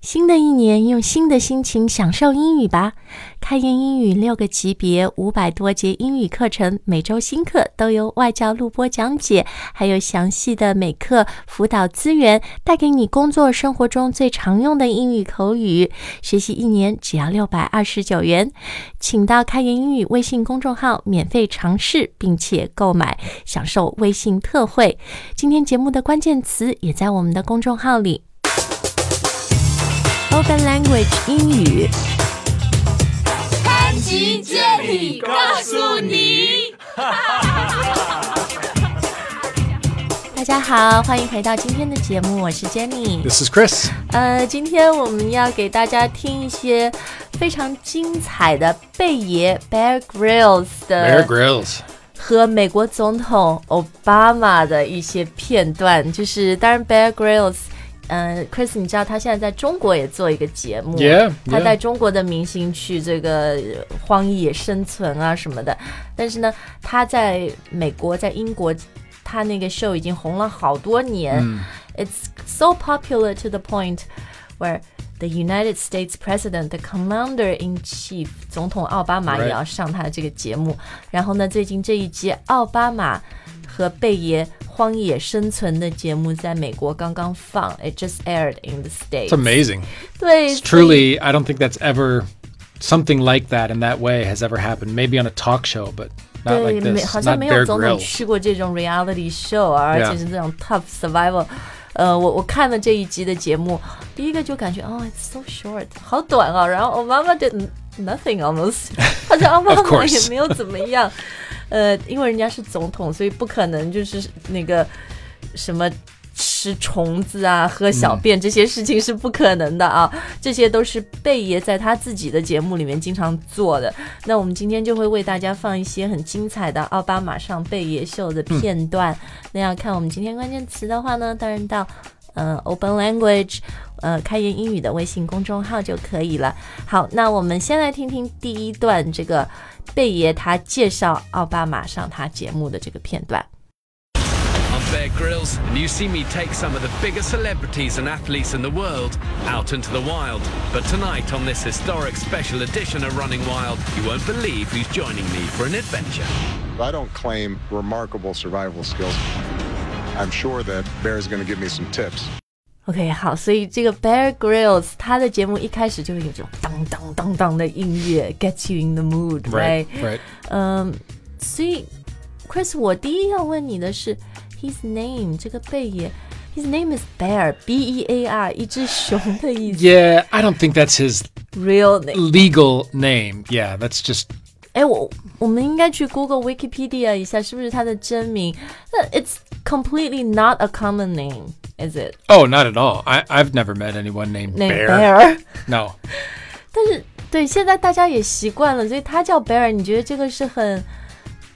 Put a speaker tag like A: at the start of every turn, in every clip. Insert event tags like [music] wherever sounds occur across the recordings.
A: 新的一年，用新的心情享受英语吧！开言英语六个级别、五百多节英语课程，每周新课都由外教录播讲解，还有详细的每课辅导资源，带给你工作生活中最常用的英语口语。学习一年只要六百二十九元，请到开言英语微信公众号免费尝试，并且购买，享受微信特惠。今天节目的关键词也在我们的公众号里。Open Language 英语，
B: 潘吉建议告诉你，
A: [laughs] 大家好，欢迎回到今天的节目，我是 Jenny。
C: This is Chris.
A: 呃，今天我们要给大家听一些非常精彩的贝爷 Bear Grylls 的
C: Bear Grylls.
A: 和美国总统奥巴马的一些片段，就是当然 Bear Grylls。嗯，Chris，你知道他现在在中国也做一个节目
C: Yeah,
A: 他
C: yeah.
A: 带中国的明星去这个荒野生存啊什么的。但是呢，他在美国，在英国，他那个 show 已经红了好多年。It's
C: 嗯
A: so popular to the point where the United States President, the Commander in Chief，总统奥巴马
C: Right.
A: 也要上他的这个节目。然后呢，最近这一集奥巴马和贝爷。荒野生存的节目在美国刚刚放，It just aired in the States。
C: It's amazing.
A: 对，所以
C: Truly, I don't think that's ever something like that in that way has ever happened. Maybe on a talk show, but not
A: 对，
C: like
A: 没
C: this.
A: 好像
C: Not
A: 没有
C: Bear
A: 总统
C: Grylls.
A: 去过这种 reality show，啊而且
C: Yeah
A: 是这种 tough survival。呃，我我看了这一集的节目，第一个就感觉哦，it's so short，好短啊。然后我妈妈就 nothing almost，好像奥巴
C: Of
A: 马
C: course
A: 哦 [laughs] 也没有怎么样。呃，因为人家是总统，所以不可能就是那个什么吃虫子啊、喝小便这些事情是不可能的啊，这些都是贝爷在他自己的节目里面经常做的。那我们今天就会为大家放一些很精彩的奥巴马上贝爷秀的片段。那要看我们今天关键词的话呢，当然到。呃，Open Language，呃，开言英语的微信公众号就可以了。好，那我们先来听听第一段这个贝爷他介绍奥巴马上他节目的这个片段。
D: I'm Bear Grylls, and you see me take some of the biggest celebrities and athletes in the world out into the wild. But tonight, on this historic special edition of Running Wild, you won't believe who's joining me for an adventure.
E: I don't claim remarkable survival skills. I'm sure that Bear's going to give me some tips.
A: OK，好，所以这个 Bear Grylls 他的节目一开始就是有这种当当当当的音乐，get you in the mood，right？
C: Right, right.
A: 嗯，所以 Chris，我第一要问你的是，his name 这个贝爷，his name is bear，B E A R，一只熊的意思
C: Yeah, I don't think that's his
A: ，real name。
C: legal name. Yeah, that's just
A: 哎，我我们应该去 Google Wikipedia 一下，是不是他的真名？那 It's completely not a common name, is it？
C: Oh, not at all. I, I've never met anyone named
A: 那
C: Bear.
A: bear。
C: No.
A: 但是对，现在大家也习惯了，所以他叫 Bear，你觉得这个是很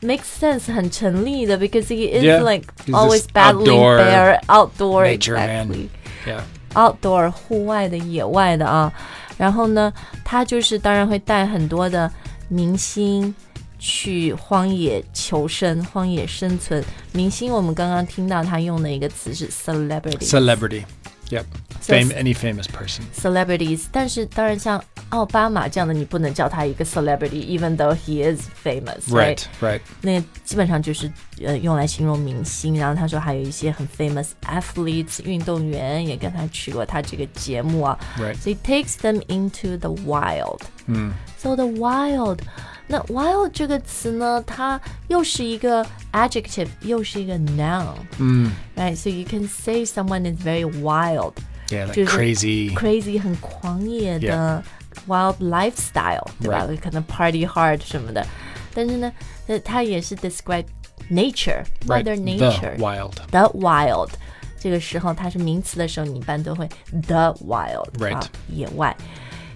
A: make sense、很成立的，because he is
C: Yeah,
A: like
C: he's
A: always
C: this
A: battling
C: outdoor
A: bear outdoor
C: nature man.
A: exactly
C: Yeah.
A: outdoor 户外的、野外的啊。然后呢，他就是当然会带很多的明星去荒野求生、荒野生存。明星我们刚刚听到他用的一个词是 celebrity。
C: Celebrity. Yep.
A: So
C: Fame
A: it's-
C: any famous person.
A: celebrities，但是当然像奥巴马这样的，你不能叫他一个 celebrity，even though he is famous，right？
C: Right, right.
A: 那基本上就是呃用来形容明星。然后他说还有一些很 famous athletes 运动员也跟他去过他这个节目啊。
C: Right.
A: So it takes them into the wild. 嗯。So the wild，那 wild 这个词呢，它又是一个 adjective，又是一个 noun。嗯。Right, so you can say someone is very wild.
C: Yeah, like
A: 就是
C: crazy.
A: crazy 很狂野的 wild lifestyle，对吧
C: Right
A: 可能 party hard 什么的，但是呢，呃，它也是 describe nature
C: Right.
A: mother
C: The
A: nature
C: wild.
A: the wild。这个时候它是名词的时候，你一般都会 the wild，、
C: Right
A: 啊，野外。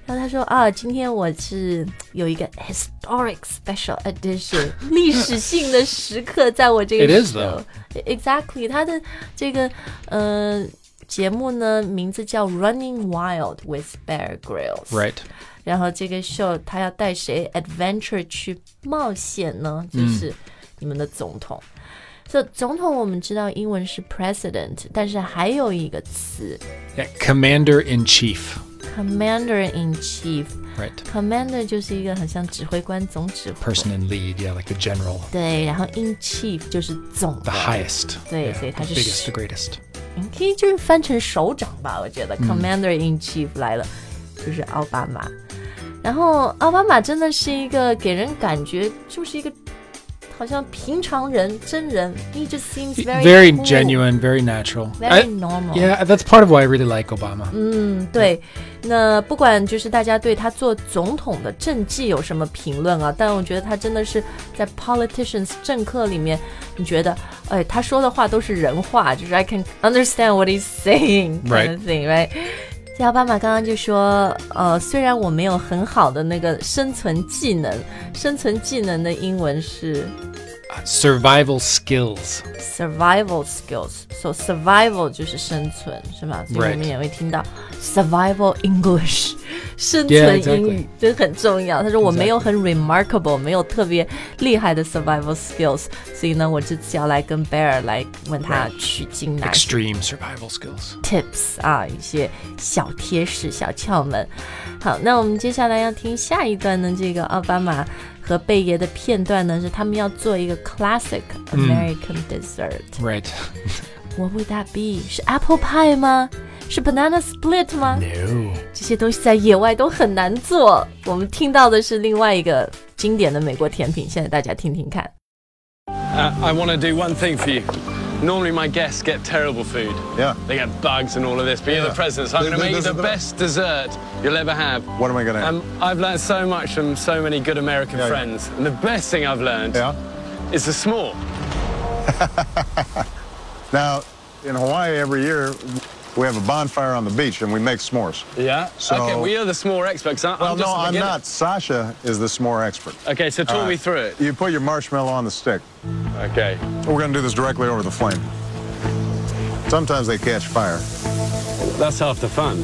A: 然后他说啊，今天我是有一个 historic special
C: [laughs]
A: edition，历史性的时刻，在我这
C: It
A: 个
C: is
A: 时候
C: though.。
A: Exactly，他的这个呃节目呢，名字叫 Running Wild with Bear Grylls。
C: Right.
A: 然后这个 show 他要带谁 adventure 去冒险呢？
F: 嗯
A: 就是你们的总统。所以总统我们知道英文是 president，但是还有一个词
C: Yeah, Commander in chief.
A: commander in chief。
F: Right.
A: Commander 就是一个很像指挥官、总指挥
F: Person in lead, yeah, like the general,
A: 对，然后 in chief 就是总
F: the highest.
A: 对
F: yeah,
A: 所以它
F: the
A: 是
F: biggest, the greatest.
A: 你可以就是翻成首长吧，我觉得 Commander in Chief 来了，就是奥巴马。然后奥巴马真的是一个给人感觉就是一个好像平常人真人，He just seems very
C: Very
A: cool,
C: genuine, very natural.
A: very
C: I-
A: normal。Mm.
C: yeah, that's part of why I really like Obama.
A: 嗯，对。那不管就是大家对他做总统的政绩有什么评论啊，但我觉得他真的是在 politicians 政客里面，你觉得，哎，他说的话都是人话，就是 I can understand what he's saying kind of thing, right? 像奥巴马刚刚就说，呃，虽然我没有很好的那个生存技能，生存技能的英文是
C: Survival skills.
A: survival skills，so survival 就是生存，是吗？所以我
C: Right.
A: 们也会听到 survival English，生 [laughs]
C: Yeah,
A: 存英语这很重要。他说我没有很 remarkable，没有特别厉害的 survival skills，所以呢，我这次要来跟 Bear 来问他取经哪些
F: Extreme survival skills.
A: tips 啊，一些小贴士、小窍门。好，那我们接下来要听下一段呢，这个奥巴马和贝爷的片段呢，是他们要做一个 classic American dessert。
F: Right.
A: What would that be？是 apple pie 吗？是 banana split 吗
F: No.
A: 这些东西在野外都很难做。我们听到的是另外一个经典的美国甜品，现在大家听听看。
G: Uh, I want to do one thing for you. Normally, my guests get terrible food.
E: Yeah.
G: They get bugs and all of this, but you're the
E: Yeah.
G: president, so I'm
E: Th-
G: going to
E: th-
G: make you
E: this
G: the
E: is the-
G: best dessert you'll ever have.
E: What am I gonna-
G: Um, I've learned so much from so many good American
E: Yeah, yeah.
G: friends, and the best thing I've learned
E: Yeah.
G: is the s'more.
E: Now, in Hawaii every year, we have a bonfire on the beach and we make s'mores.
G: Yeah.
E: So-
G: okay, well, you're the s'more expert. 'cause I-
E: Well,
G: I'm just
E: no,
G: the
E: I'm
G: beginner.
E: not. Sasha is the s'more expert.
G: Okay, so talk
E: All
G: me
E: right.
G: through it.
E: You put your marshmallow on the stick.
G: Okay.
E: We're going to do this directly over the flame. Sometimes they catch fire.
G: That's half the fun.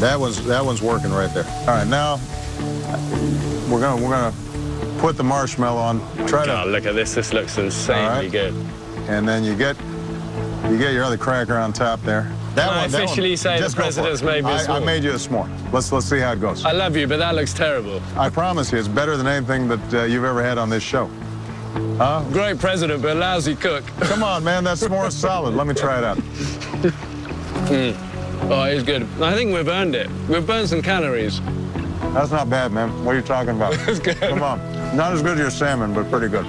E: That one's that one's working right there. All right, now we're gonna we're gonna put the marshmallow on.
G: God,
E: Try to,
G: Oh, look at this. This looks insanely
E: All right.
G: good.
E: and then you get you get your other cracker on top there. That
G: Can I
E: one. that one-
G: officially say the
E: just go for it.
G: president's made me a
E: I- I
G: s'more?
E: made you a s'more. Let's let's see how it goes.
G: I
E: I,
G: love you, but that looks terrible.
E: promise you, it's better than anything that uh, you've ever had on this show.
G: Great president, but a lousy cook.
E: Come on, man, that s'more's [laughs] solid. Let me try it out.
G: Oh, it is good. I think we've earned it. We've burned some calories.
E: That's not bad, man. What are you
G: [laughs]
E: talking about? That's good. Come on. Not as good as your salmon, but pretty good.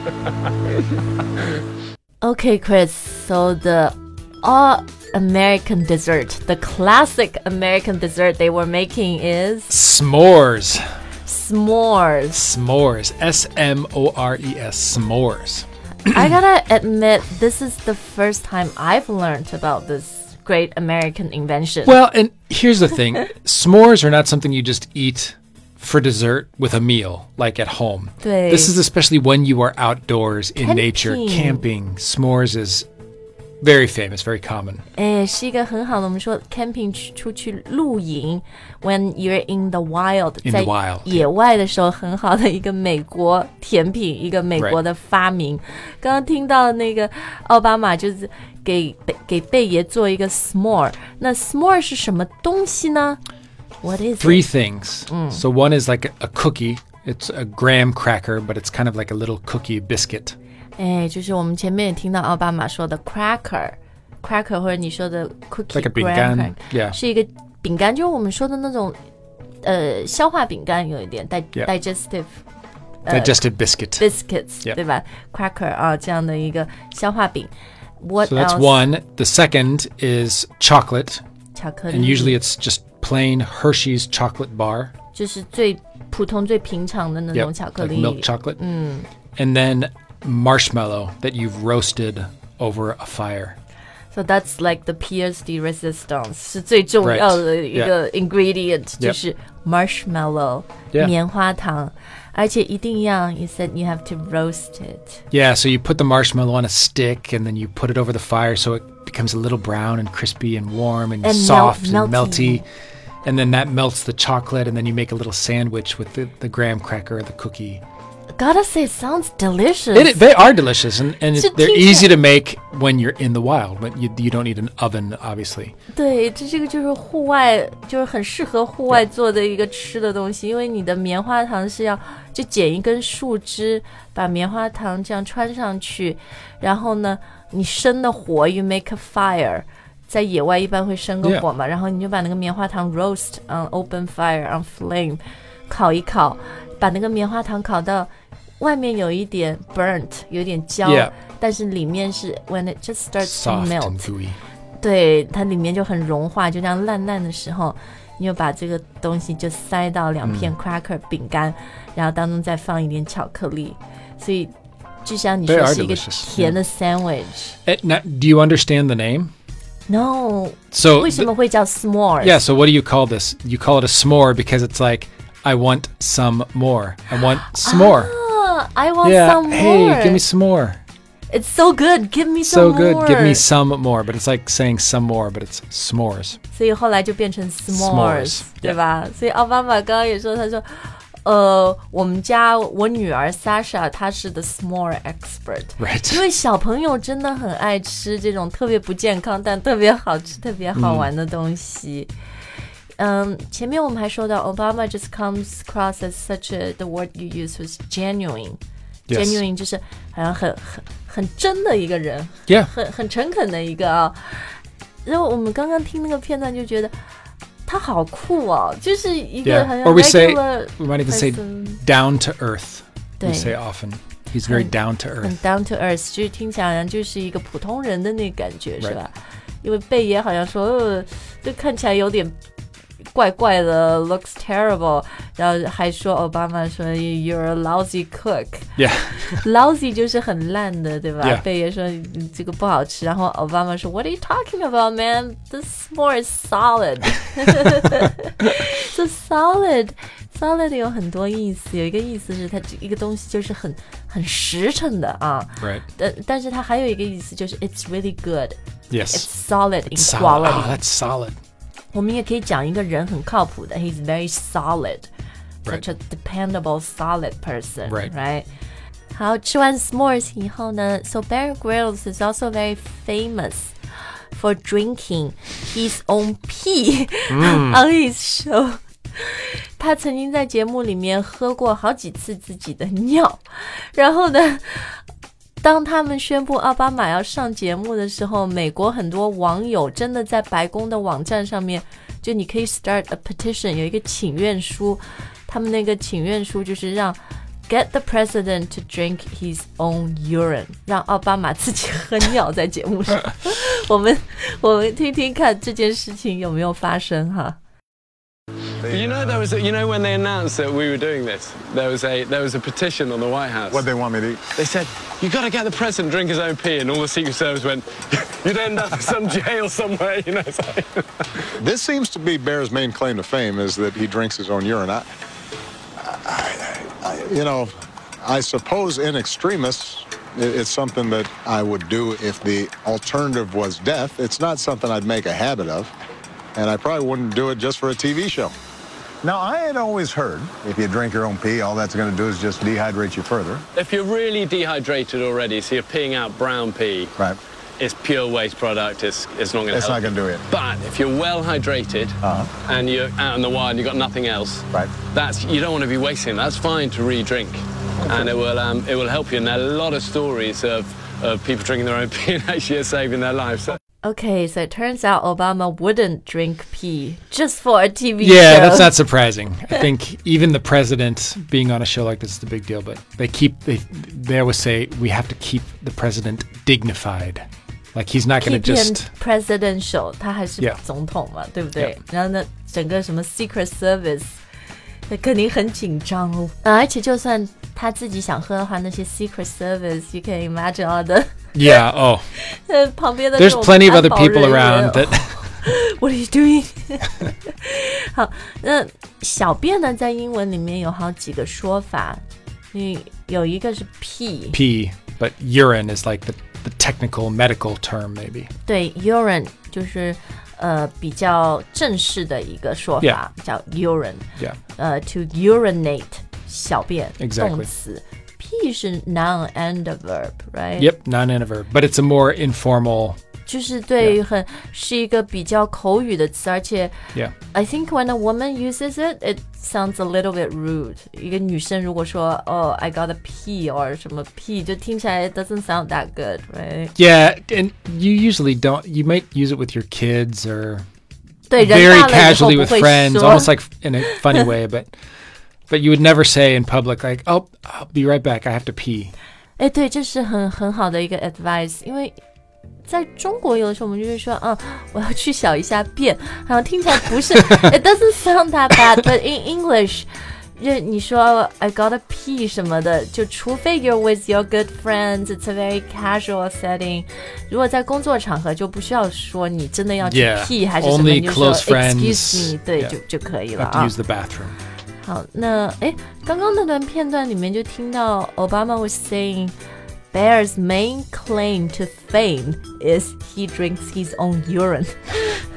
A: Okay, Chris. So the all American dessert, the classic American dessert they were making is
C: S'mores.
A: s'mores.
C: S'mores. S M O R E S. S'mores.
A: I gotta admit, this is the first time I've learned about this great American invention.
C: Well, and here's the
A: [laughs]
C: thing s'mores are not something you just eat for dessert with a meal, like at home.
A: 对。
C: This is especially when you are outdoors in nature,
A: Camping.
C: camping. S'mores is very famous, very common.
A: 哎，是一个很好的，我们说 camping 去出去露营，when you're in the wild，
C: In the
A: 在
C: wild，
A: 野外的时候，很好的一个美国甜品，一个美国
C: Right
A: 的发明。刚刚听到那个奥巴马就是给贝给贝爷做一个 s'more，那 s'more 是什么东西呢？What is
C: Three
A: it?
C: things. So, one is like a, a cookie, it's a graham cracker, but it's kind of like a little cookie biscuit.
A: 哎，就是我们前面也听到奥巴马说的 cracker。cracker 或者你说的 cookie，
C: Like a 饼
A: graham
C: 干
A: cracker
C: yeah
A: 是一个饼干，就是我们说的那种，呃，消化饼干有一点 di
C: Yeah
A: digestive
C: Digestive biscuit.
A: biscuits，、
C: Yeah
A: 对吧？cracker 啊，这样的一个消化饼。What
C: So that's
A: else？
C: one. The second is chocolate,
A: 巧克
C: and
A: 力
C: usually it's just plain Hershey's chocolate bar,
A: 就是最普通、最平常的那
C: Yep,
A: 种巧克
C: like
A: 力。
C: milk chocolate, and then marshmallow that you've roasted over a fire.
A: So that's like the PSD resistance 是最重要的一个 ingredient，、就是 marshmallow、
C: Yeah.
A: 棉花糖，而且一定要 you said you have to roast it。
C: Yeah, so you put the marshmallow on a stick, and then you put it over the fire, so it becomes a little brown and crispy and warm and,
A: And mel-
C: soft and
A: melty.
C: melty. And then that melts the chocolate, and then you make a little sandwich with the, the graham cracker or the cookie.
A: Gotta say, it sounds delicious.
C: It, they are delicious and, and
A: 是
C: they're
A: 听着
C: easy to make when you're in the wild, but you, you don't need an oven, obviously.
A: 对，这这个就是户外，就是很适合户外做的一个吃的东西，因为你的棉花糖是要就剪一根树枝，把棉花糖这样穿上去，然后呢，你生的火，you make a fire。在野外一般会生个
C: Yeah
A: 火嘛然后你就把那个棉花糖 roast on open fire on flame，烤一烤，把那个棉花糖烤到外面有一点 burnt，有点焦
C: Yeah
A: 但是里面是 when it just starts to
C: Soft
A: melt，
C: and gooey.
A: 对，它里面就很融化，就这样烂烂的时候，你就把这个东西就塞到两
C: 嗯
A: 片 cracker 饼干，然后当中再放一点巧克力，所以就像你
C: They
A: 说
C: are
A: 是一个
C: delicious,
A: 甜的 sandwich。
C: Eh, now, do you understand the name?
A: No，
C: So,
A: 为什么会叫 s'more？
C: yeah, so what do you call this? You call it a s'more because it's like, I want some more.
A: [gasps]
C: I want s'more.
A: I want
C: yeah.
A: some more.
C: Hey, give me some more.
A: It's so good. Give me
C: So
A: some
C: good.
A: more.
C: Give me some more. But it's like saying some more, but it's s'mores.
A: 所以后来就变成 s'mores，,
C: S'mores，
A: 对吧？所以奥巴马刚刚也说，他说，呃，我们家我女儿 Sasha 她是 the s'more expert，
C: Right.
A: 因为小朋友真的很爱吃这种特别不健康但特别好吃、特别好玩的东西。嗯，前面我们还说到，Obama just comes across as such a the word you use was genuine。
C: Yes.
A: genuine 就是好像很很很真的一个人，
C: Yeah.
A: 很很诚恳的一个啊、然后我们刚刚听那个片段就觉得他好酷哦，就是一个
C: Yeah.
A: 好像
C: Or we say-
A: regular
C: We might even
A: person
C: say down to earth. We
A: 对
C: say often. He's very down to
A: 很
C: earth.
A: down to earth，就是听起来好像就是一个普通人的那个感觉，是
C: Right
A: 吧？因为贝爷好像说，呃，就看起来有点怪怪的，looks terrible，然后还说奥巴马说 you're a lousy cook，lousy [laughs]
C: Yeah.
A: 就是很烂的，对吧
C: Yeah
A: 贝爷说你这个不好吃，然后奥巴马说 What are you talking about, man? This more is solid. [laughs] So solid, solid 有很多意思，有一个意思是它这一个东西就是很很实诚的啊。
C: Right.
A: 但但是它还有一个意思就是 it's really good, it's
C: Yes.
A: solid in
C: Solid.
A: quality。
C: Oh, that's solid.
A: 我们也可以讲一个人很靠谱的，he's very solid, such a dependable, solid person,
C: Right.
A: right? 好，吃完 s'mores 以后呢，so Bear Grylls is also very famous for drinking his own pee on his show。他曾经在节目里面喝过好几次自己的尿，然后呢，当他们宣布奥巴马要上节目的时候，美国很多网友真的在白宫的网站上面，就你可以 start a petition，有一个请愿书，他们那个请愿书就是让 get the president to drink his own urine，让奥巴马自己喝尿在节目
C: [laughs]
A: 上。我们我们听听看这件事情有没有发生哈。
G: But you know there was a, you know when they announced that we were doing this, there was a there was a petition on the White House.
E: What'd they want me to eat?
G: They said, you got to get the president to drink his own pee, and all the Secret Service went, [laughs] you'd end up in some [laughs] jail somewhere, you know. It's like, [laughs]
E: This seems to be Bear's main claim to fame is that he drinks his own urine. I, I, I, you know, I suppose in extremis, it, it's something that I would do if the alternative was death. It's not something I'd make a habit of, and I probably wouldn't do it just for a TV show. Now, I had always heard if you drink your own pee, all that's going to do is just dehydrate you further.
G: if you're really dehydrated already, so you're peeing out brown pee,
E: Right.
G: it's pure waste product. It's it's not going to.
E: It's not gonna do it.
G: But if you're well hydrated and you're out in the wild, and you've got nothing else.
E: Right.
G: That's you don't want to be wasting. That's fine to re-drink, and it will um, it will help you. And there are a lot of stories of of people drinking their own [laughs] pee and actually saving their lives. So-
A: Okay, so it turns out Obama wouldn't drink pee just for a TV
C: Yeah,
A: show.
C: that's not surprising.
A: [laughs]
C: I think even the president being on a show like this is a big deal, but they keep they they always say we have to keep the president dignified. Like he's not going to
A: keep him
C: just
A: presidential，他还是
C: Yeah.
A: 总统嘛对不对然后呢，整个什么 Secret Service，那肯定很紧张哦。呃而且就算他自己想喝的话，那些 Secret Service，you can imagine all the [laughs]
C: Yeah, oh.
A: 呃旁边的那
C: There's
A: 种
C: plenty of
A: 安
C: other
A: 保
C: people
A: 人员
C: around that
A: [laughs] What are you
C: [laughs]
A: doing？好，那小便呢，在英文里面有好几个说法，嗯，有一个是 pee，
C: pee, but urine is like the, the technical medical term maybe.
A: 对 urine 就是呃比较正式的一个说法叫 urine，
C: Yeah.
A: 呃 to urinate 小便
C: Exactly.
A: 动词。P 是 noun and a verb，right？
C: Yep, non verb, but it's a more informal.
A: 就是对于很是一个比较口语的词，而且
C: Yeah.
A: I think when a woman uses it, it sounds a little bit rude. 一个女生如果说哦、I got a P or 什么 P，就听起来 it doesn't sound that good, right？
C: Yeah, and you usually don't. You might use it with your kids or
A: 对，人
C: very
A: 大了以后
C: casually
A: 不
C: with
A: 会
C: friends,
A: 说
C: almost like
A: [laughs]
C: in a funny way, but but you would never say in public like, "Oh, I'll be right back. I have to pee."
A: 哎，对，这是很很好的一个 advice，因为在中国有的时候我们就会说，嗯，我要去小一下便，好像听起来不
C: [laughs]
A: 是，it doesn't sound that bad，but in English，就你说 I got a pee 什么的，就除非 you're with your good friends，it's a very casual setting，如果在工作场合就不需要说你真的要去
C: Yeah，
A: pee 还是什么
C: only
A: 你就说
C: close friends，
A: excuse me，对
C: yeah
A: 就就可以
C: I
A: 了
C: have to
A: 啊
C: use。the bathroom.
A: 好，那诶，刚刚那段片段里面就听到 Obama was saying Bear's main claim to fame is he drinks his own urine [laughs]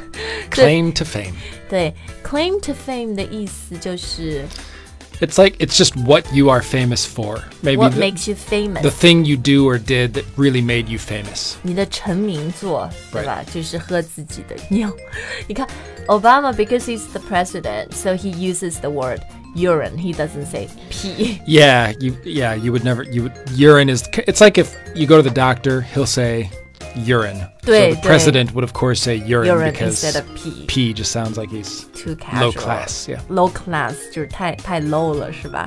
C: Claim to fame.
A: 对。claim to fame 的意思就是
C: It's like it's just what you are famous for. Maybe
A: what
C: the,
A: makes you famous，、
C: the thing you do or did that really made you famous.
A: 你的成名作，对吧就是喝自己的尿。 [laughs] 你看 Obama because he's the president, so he uses the word urine. He doesn't say pee.
C: Yeah, you yeah, you would never you would urine is it's like if you go to the doctor, he'll say urine.
A: Dui, dui.
C: so the president would of course say urine,
A: Urine
C: because
A: instead of pee.
C: P just sounds like he's
A: too casual
C: Low class, yeah.
A: low class 就是太太 low 了，是吧？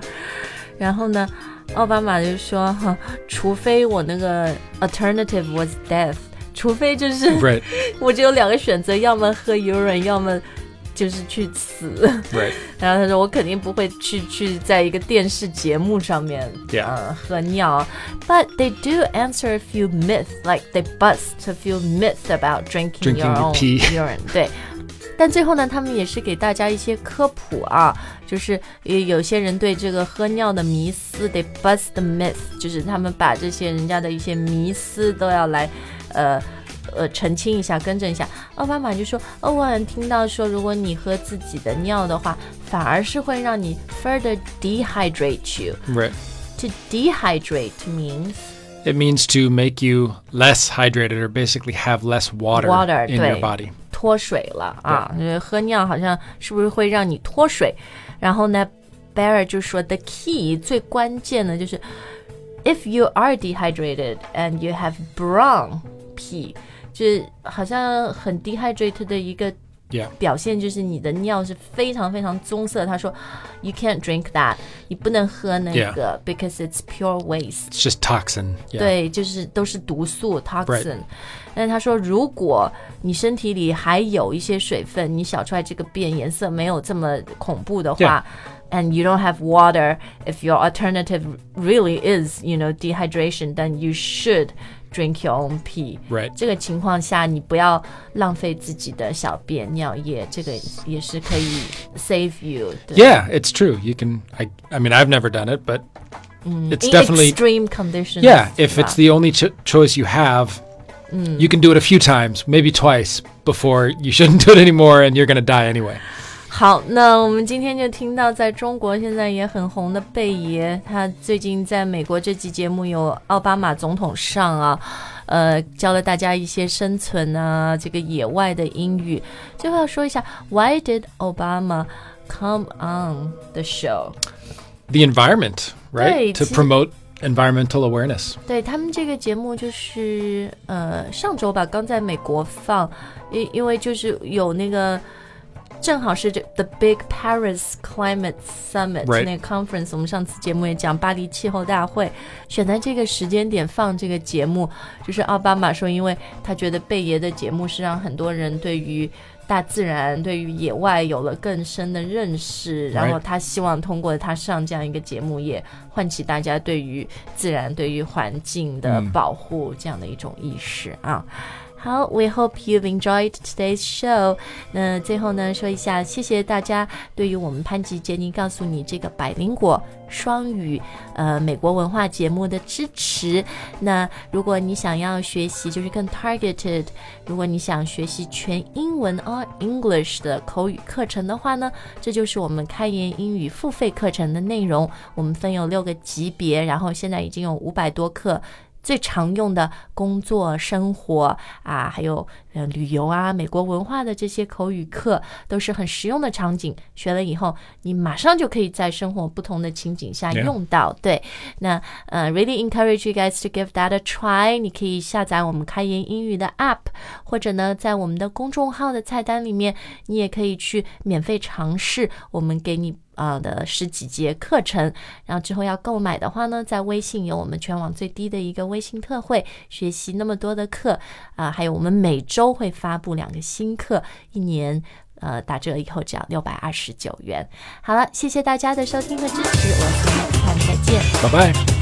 A: 然后呢，奥巴马就说，哼，除非我那个 alternative was death，除非就是
C: right,
A: [laughs] 我只有两个选择，要么喝 urine，要么就是去死。
C: right.
A: [laughs] 然后他说我肯定不会去去在一个电视节目上面
C: Yeah.
A: 呃喝尿，but they do answer a few myths like they bust a few myths about drinking,
C: Drinking
A: your own
C: pee.
A: urine 对。但最后呢，他们也是给大家一些科普啊，就是呃有些人对这个喝尿的迷思，they bust the myth，就是他们把这些人家的一些迷思都要来，呃。呃，澄清一下，更正一下。奥巴马就说：“哦，我好像听到说，如果你喝自己的尿的话，反而是会让你 further dehydrate you。
C: Right.
A: To dehydrate means
C: It means to make you less hydrated or basically have less water,
A: water，
C: in your
A: 对
C: body.
A: 脱水了啊，因为喝尿好像是不是会让你脱水？然后呢，Bear 就说 the key 最关键的就是 if you are dehydrated and you have brown pee，就是好像很 dehydrated 的一个
C: Yeah.
A: 表现就是你的尿是非常非常棕色。他说，You can't drink that，你不能喝那个 because it's pure waste。
C: It's just toxin. Yeah.
A: 对，就是都是毒素 toxin。但是他说，如果你身体里还有一些水分，你小出来这个便颜色没有这么恐怖的话。And you don't have water. If your alternative really is, you know, dehydration, then you should drink your own pee.
C: Right.
A: 这个情况下，你不要浪费自己的小便尿液，这个也是可以 save you 的。
C: Yeah, it's true. You can I I mean, I've never done it, but it's
A: In
C: definitely
A: extreme conditions.
C: Yeah, if
A: 是吧
C: it's the only cho- choice you have, you can do it a few times, maybe twice, before you [laughs] shouldn't do it anymore and you're going to die anyway.
A: 好，那我们今天就听到在中国现在也很红的贝爷，他最近在美国这期节目有奥巴马总统上啊，呃，教了大家一些生存啊，这个野外的英语。最后要说一下，Why did Obama come on the show？
C: The environment,
A: Right.
C: right? To promote environmental awareness.
A: 对他们这个节目就是呃上周吧，刚在美国放，因因为就是有那个正好是这 The Big Paris Climate Summit、
C: Right.
A: 那个 conference，我们上次节目也讲巴黎气候大会，选在这个时间点放这个节目，就是奥巴马说，因为他觉得贝爷的节目是让很多人对于。大自然对于野外有了更深的认识，然后
C: Right.
A: 他希望通过他上这样一个节目，也唤起大家对于自然、对于环境的保护这样的一种意识啊。好，We hope you've enjoyed today's show。那最后呢，说一下，谢谢大家对于我们潘吉杰尼告诉你这个百灵果双语呃美国文化节目的支持。那如果你想要学习，就是更 targeted，如果你想学习全英文 all English 的口语课程的话呢，这就是我们开言英语付费课程的内容。我们分有六个级别，然后现在已经有五百多课。最常用的工作、生活啊，还有呃旅游啊、美国文化的这些口语课，都是很实用的场景。学了以后，你马上就可以在生活不同的情景下
C: Yeah.
A: 用到。对，那呃，really encourage you guys to give that a try。你可以下载我们开言英语的 app，或者呢，在我们的公众号的菜单里面，你也可以去免费尝试我们给你啊、呃的十几节课程。然后之后要购买的话呢，在微信有我们全网最低的一个微信特惠，学习那么多的课啊、还有我们每周会发布两个新课，一年。呃，打折以后只要六百二十九元。好了，谢谢大家的收听和支持，我是美看，再见。
C: Bye bye.